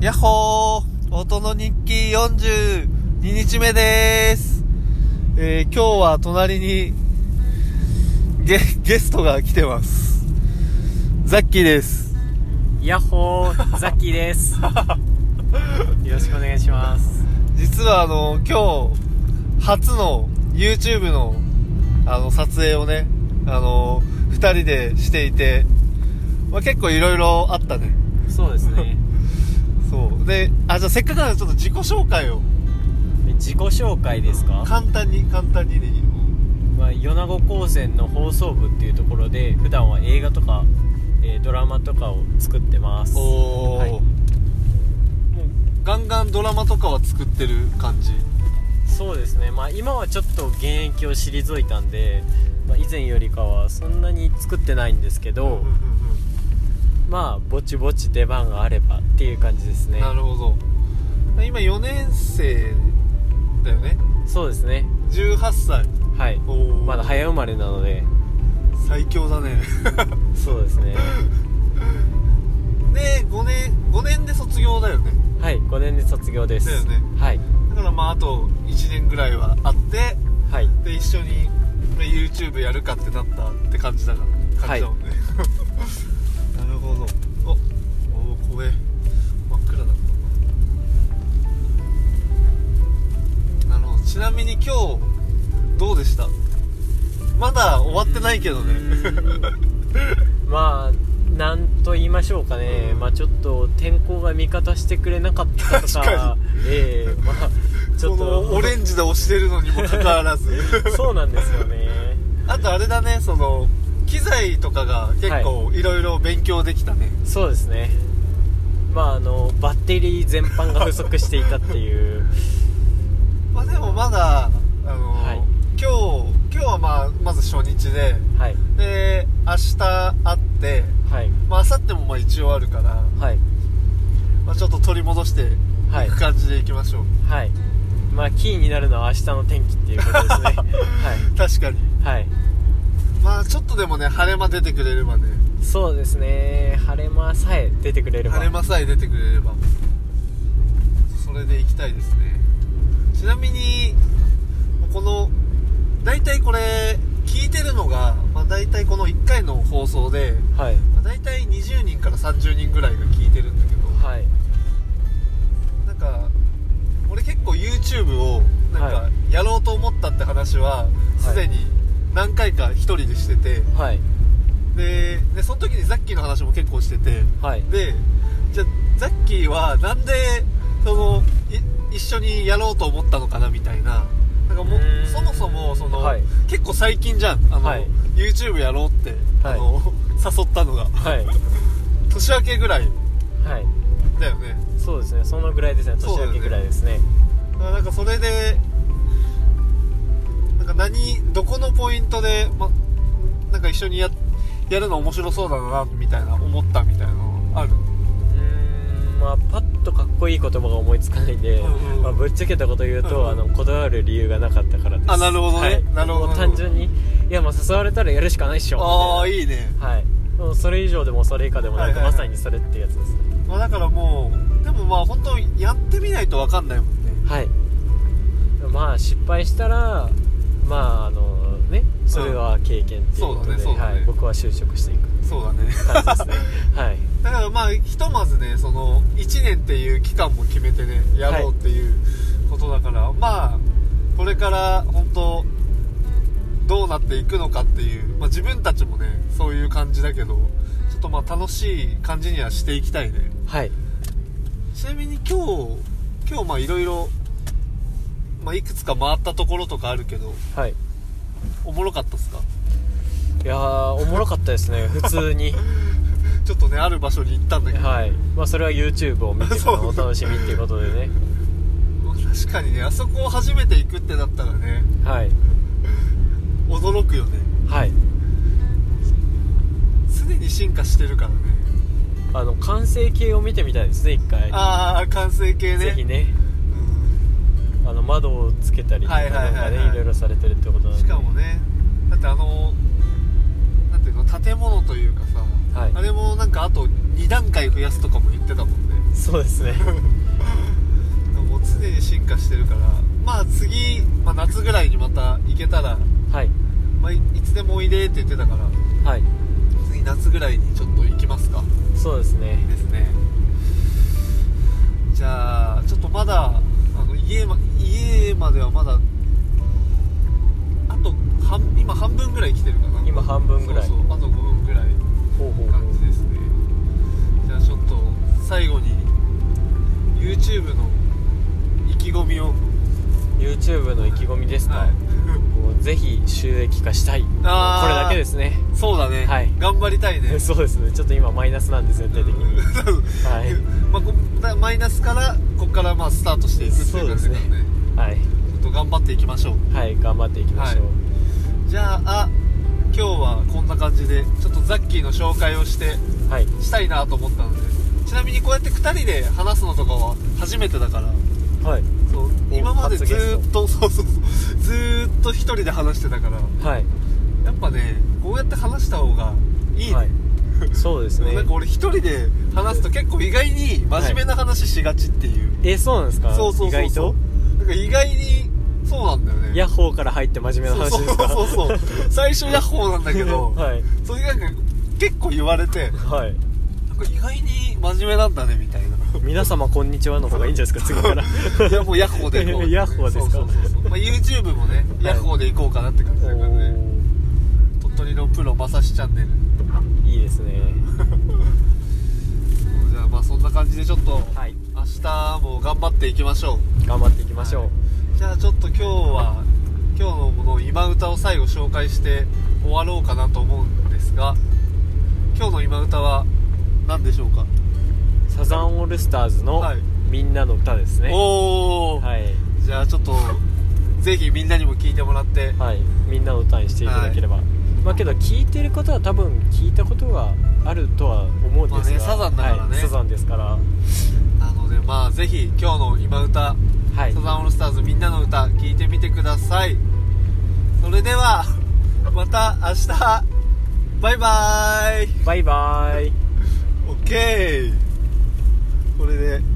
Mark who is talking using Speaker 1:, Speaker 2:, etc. Speaker 1: やっほー音の日記42日目でーす、えー、今日は隣にゲゲストが来てますザッキーです
Speaker 2: ヤッホーザッキ ーですよろしくお願いします
Speaker 1: 実はあの今日初の YouTube のあの撮影をねあの2人でしていて、まあ、結構いろいろあったね
Speaker 2: そうです ね
Speaker 1: そうであじゃあせっかくなのでちょっと自己紹介を
Speaker 2: 自己紹介ですか、
Speaker 1: 簡単に簡単にでいい
Speaker 2: まあ、米子高専の放送部っていうところで普段は映画とか、えードラマとかを作ってます
Speaker 1: おー、
Speaker 2: はい
Speaker 1: もうガンガンドラマとかは作ってる感じ
Speaker 2: そうですねまあ今はちょっと現役を退いたんで、まあ、以前よりかはそんなに作ってないんですけど、
Speaker 1: うんうん
Speaker 2: まあぼちぼち出番があればっていう感じです
Speaker 1: うん
Speaker 2: ね
Speaker 1: なるほど今4年生だよね
Speaker 2: そうですね
Speaker 1: 18歳
Speaker 2: はい
Speaker 1: おー
Speaker 2: まだ早生まれなので
Speaker 1: 最強だね
Speaker 2: そうですね
Speaker 1: で5年5年で卒業だよね
Speaker 2: はい5年で卒業です
Speaker 1: だよね
Speaker 2: はい
Speaker 1: だからまああと1年ぐらいはあって
Speaker 2: はい
Speaker 1: で一緒にまあ YouTube やるかってなったって感じだから感
Speaker 2: は
Speaker 1: じ
Speaker 2: い
Speaker 1: だもんね、 なるほどおおー怖え真っ暗だったなるほどちなみに今日どうでしたまだ終わってないけどね
Speaker 2: まあなんと言いましょうかね、
Speaker 1: うん
Speaker 2: まあちょっと天候が味方してくれなかったとか
Speaker 1: 確か
Speaker 2: ええまあちょ
Speaker 1: こ
Speaker 2: っ
Speaker 1: の
Speaker 2: と
Speaker 1: オレンジで押してるのにもかかわらず
Speaker 2: そうなんですよね
Speaker 1: あとあれだねその機材とかが結構いろいろ勉強できたね、
Speaker 2: そうですねまああのバッテリー全般が不足していたっていう
Speaker 1: まあでもまだあの、
Speaker 2: はい
Speaker 1: 今日今日はまあまず初日で
Speaker 2: はい
Speaker 1: で明日あって
Speaker 2: はい
Speaker 1: まあ明後日もまあ一応あるから、
Speaker 2: はい
Speaker 1: まあ、ちょっと取り戻してい
Speaker 2: はい
Speaker 1: く感じでいきましょう、
Speaker 2: はいまあキーになるのは明日の天気っていう ことですね
Speaker 1: 確かに
Speaker 2: はいはい
Speaker 1: まあちょっとでもね晴れ間出てくれればね
Speaker 2: そうですね晴れ間さえ出てくれれば
Speaker 1: 晴れ間さえ出てくれればそれでいきたいですねちなみにこの大体これ聞いてるのが、まあ、大体この1回の放送で
Speaker 2: はい
Speaker 1: まあ、大体20人から30人ぐらいが聞いてるんだけど、
Speaker 2: はい
Speaker 1: なんか俺結構 YouTube をなんか
Speaker 2: は
Speaker 1: やろうと思ったって話はすでに何回か一人でしてて、
Speaker 2: はい
Speaker 1: ででその時にザッキーの話も結構してて
Speaker 2: はい
Speaker 1: でじゃあザッキーはなんでそのい一緒にやろうと思ったのかなみたいななんかも
Speaker 2: うーん
Speaker 1: そもそもその、
Speaker 2: はい
Speaker 1: 結構最近じゃんあの、
Speaker 2: はい
Speaker 1: YouTube やろうって、あの 誘ったのが
Speaker 2: はい
Speaker 1: 年明けぐらい
Speaker 2: はい
Speaker 1: だよね
Speaker 2: そうですねそのぐらいですね
Speaker 1: そうだよ
Speaker 2: 年明
Speaker 1: ね
Speaker 2: けぐらいですね
Speaker 1: だからなんかそれでなんか何どこのポイントで、ま、なんか一緒にややるの面白そうだなみたいな思ったみたいなのある
Speaker 2: うーんまあパッとかっこいい言葉が思いつかないんで、
Speaker 1: うんうん
Speaker 2: まあ、ぶっちゃけたこと言うと、
Speaker 1: うんうん
Speaker 2: あのこだわる理由がなかったからです
Speaker 1: あなるほどね
Speaker 2: はい
Speaker 1: なるほど
Speaker 2: もう単純にいやまあ誘われたらやるしかないっしょ
Speaker 1: ああ
Speaker 2: い
Speaker 1: いいね、
Speaker 2: なはいもうそれ以上でもそれ以下でもな
Speaker 1: はい
Speaker 2: く、
Speaker 1: はいはい
Speaker 2: まさにそれってやつですね
Speaker 1: まあ、だからもうでもまあ本当やってみないと分かんないもんね
Speaker 2: はいまあ失敗したらまああのねそれは経験っていうことで、
Speaker 1: うんそうだねそうだね
Speaker 2: はい、僕は就職していく
Speaker 1: そうだね
Speaker 2: 感じです ねはい
Speaker 1: だからまあひとまずねその1年っていう期間も決めてねやろうっていうことだから、まあこれから本当どうなっていくのかっていう、まあ、自分たちもねそういう感じだけどちょっとまあ楽しい感じにはしていきたいね
Speaker 2: はい
Speaker 1: ちなみに今日今日まあいろいろまあいくつか回ったところとかあるけど
Speaker 2: はい
Speaker 1: おもろかったっすか
Speaker 2: いやーおもろかったですね普通 に
Speaker 1: ちょっとねある場所に行ったんだけど、
Speaker 2: はいまあそれは YouTube を見て
Speaker 1: そう
Speaker 2: のお楽しみっていうことでね
Speaker 1: まあ確かにねあそこを初めて行くってなったらね
Speaker 2: はい
Speaker 1: 驚くよね
Speaker 2: はい
Speaker 1: 常に進化してるからね
Speaker 2: あの完成形を見てみたいですね一回
Speaker 1: ああ完成形ね
Speaker 2: ぜひねあの窓をつけたりとか
Speaker 1: はいはい
Speaker 2: なん
Speaker 1: は
Speaker 2: か
Speaker 1: いはい
Speaker 2: ねいろいろされてるってこと
Speaker 1: うん、
Speaker 2: なんで
Speaker 1: しかもねだってあのなんていうの建物というかさ、
Speaker 2: はい
Speaker 1: あれもなんかあと2段階増やすとかも言ってたもんね
Speaker 2: そうですね
Speaker 1: もう常に進化してるからまあ次、まあ、夏ぐらいにまた行けたら、
Speaker 2: はい
Speaker 1: まあ、いいつでもおいでって言ってたから
Speaker 2: はい
Speaker 1: 次夏ぐらいにちょっと行きますか
Speaker 2: そうですね
Speaker 1: いいですねじゃあちょっとまだあの家ま家まではまだあと半今半分ぐらい来てるかな
Speaker 2: 今半分ぐらい
Speaker 1: そうそうあと5分ぐらい
Speaker 2: ほうほうほう
Speaker 1: 感じですねじゃあちょっと最後に YouTube の意気込みを
Speaker 2: YouTube の意気込みですか、
Speaker 1: はい
Speaker 2: こうぜひ収益化したいこれ
Speaker 1: あー
Speaker 2: だけですね
Speaker 1: そうだね、
Speaker 2: はい
Speaker 1: 頑張りたいね
Speaker 2: そうですねちょっと今マイナスなんで全体 的に、はい
Speaker 1: まあこだマイナスからここからまあスタートしていくっていう感じだから
Speaker 2: そうで
Speaker 1: ね
Speaker 2: は
Speaker 1: ち
Speaker 2: い
Speaker 1: ょっと頑張っていきましょう
Speaker 2: はい頑張っていきましょう、
Speaker 1: はじゃああ今日はこんな感じでちょっとザッキーの紹介をして
Speaker 2: はい
Speaker 1: したいなと思ったのでちなみにこうやって2人で話すのとかは初めてだから
Speaker 2: はい
Speaker 1: そう
Speaker 2: お
Speaker 1: 今までず
Speaker 2: 初ゲス
Speaker 1: ー
Speaker 2: ト
Speaker 1: っとそうそうそうずーっと1人で話してたから
Speaker 2: はい
Speaker 1: やっぱねこうやって話した方がいいね、
Speaker 2: はいそうですね
Speaker 1: なんか俺1人で話すと結構意外に真面目な話しがちっていう、
Speaker 2: えそうなんですか
Speaker 1: そうそうそうそう
Speaker 2: 意外と
Speaker 1: なんか意外にそうなんだよね
Speaker 2: ヤッホーから入って真面目な話ですか
Speaker 1: そうそうそうそう最初ヤッホーなんだけ ど、
Speaker 2: はい
Speaker 1: それなんか結構言われて
Speaker 2: はい
Speaker 1: なんか意外に真面目なんだねみたいな
Speaker 2: 皆様こんにちはの方がいいんじゃないですか次から
Speaker 1: いやもうヤッホーで行こう
Speaker 2: ヤッホーですか
Speaker 1: そうそうそう、まあ、YouTube もね、
Speaker 2: はい
Speaker 1: ヤッホーで行こう かなって感じだからね鳥取のプロまさしチャンネル
Speaker 2: おーいいですね
Speaker 1: じゃあまあそんな感じでちょっと、
Speaker 2: はい
Speaker 1: 明日も頑張っていきましょ
Speaker 2: 頑張っていきましょ
Speaker 1: うじゃあちょっと今日は今日のものを今歌を最後紹介して終わろうかなと思うんですが今日の今歌は何でしょうか
Speaker 2: う、サザンオールスターズの
Speaker 1: はい
Speaker 2: 「みんなの歌」ですね
Speaker 1: おお、
Speaker 2: はい、
Speaker 1: じゃあちょっとぜひみんなにも聞いてもらって
Speaker 2: はい、みんなの歌にしていただければ、まあけど聞いてる方は多分聞いたことがあるとは思うんですが、
Speaker 1: まあねサザンだからね
Speaker 2: はい、サザンですから
Speaker 1: なのでまあぜひ今日の今歌、
Speaker 2: はい
Speaker 1: サザンオールスターズみんなの歌聞いてみてくださいそれでは また明日バイバーイ
Speaker 2: バイバイ
Speaker 1: OK これで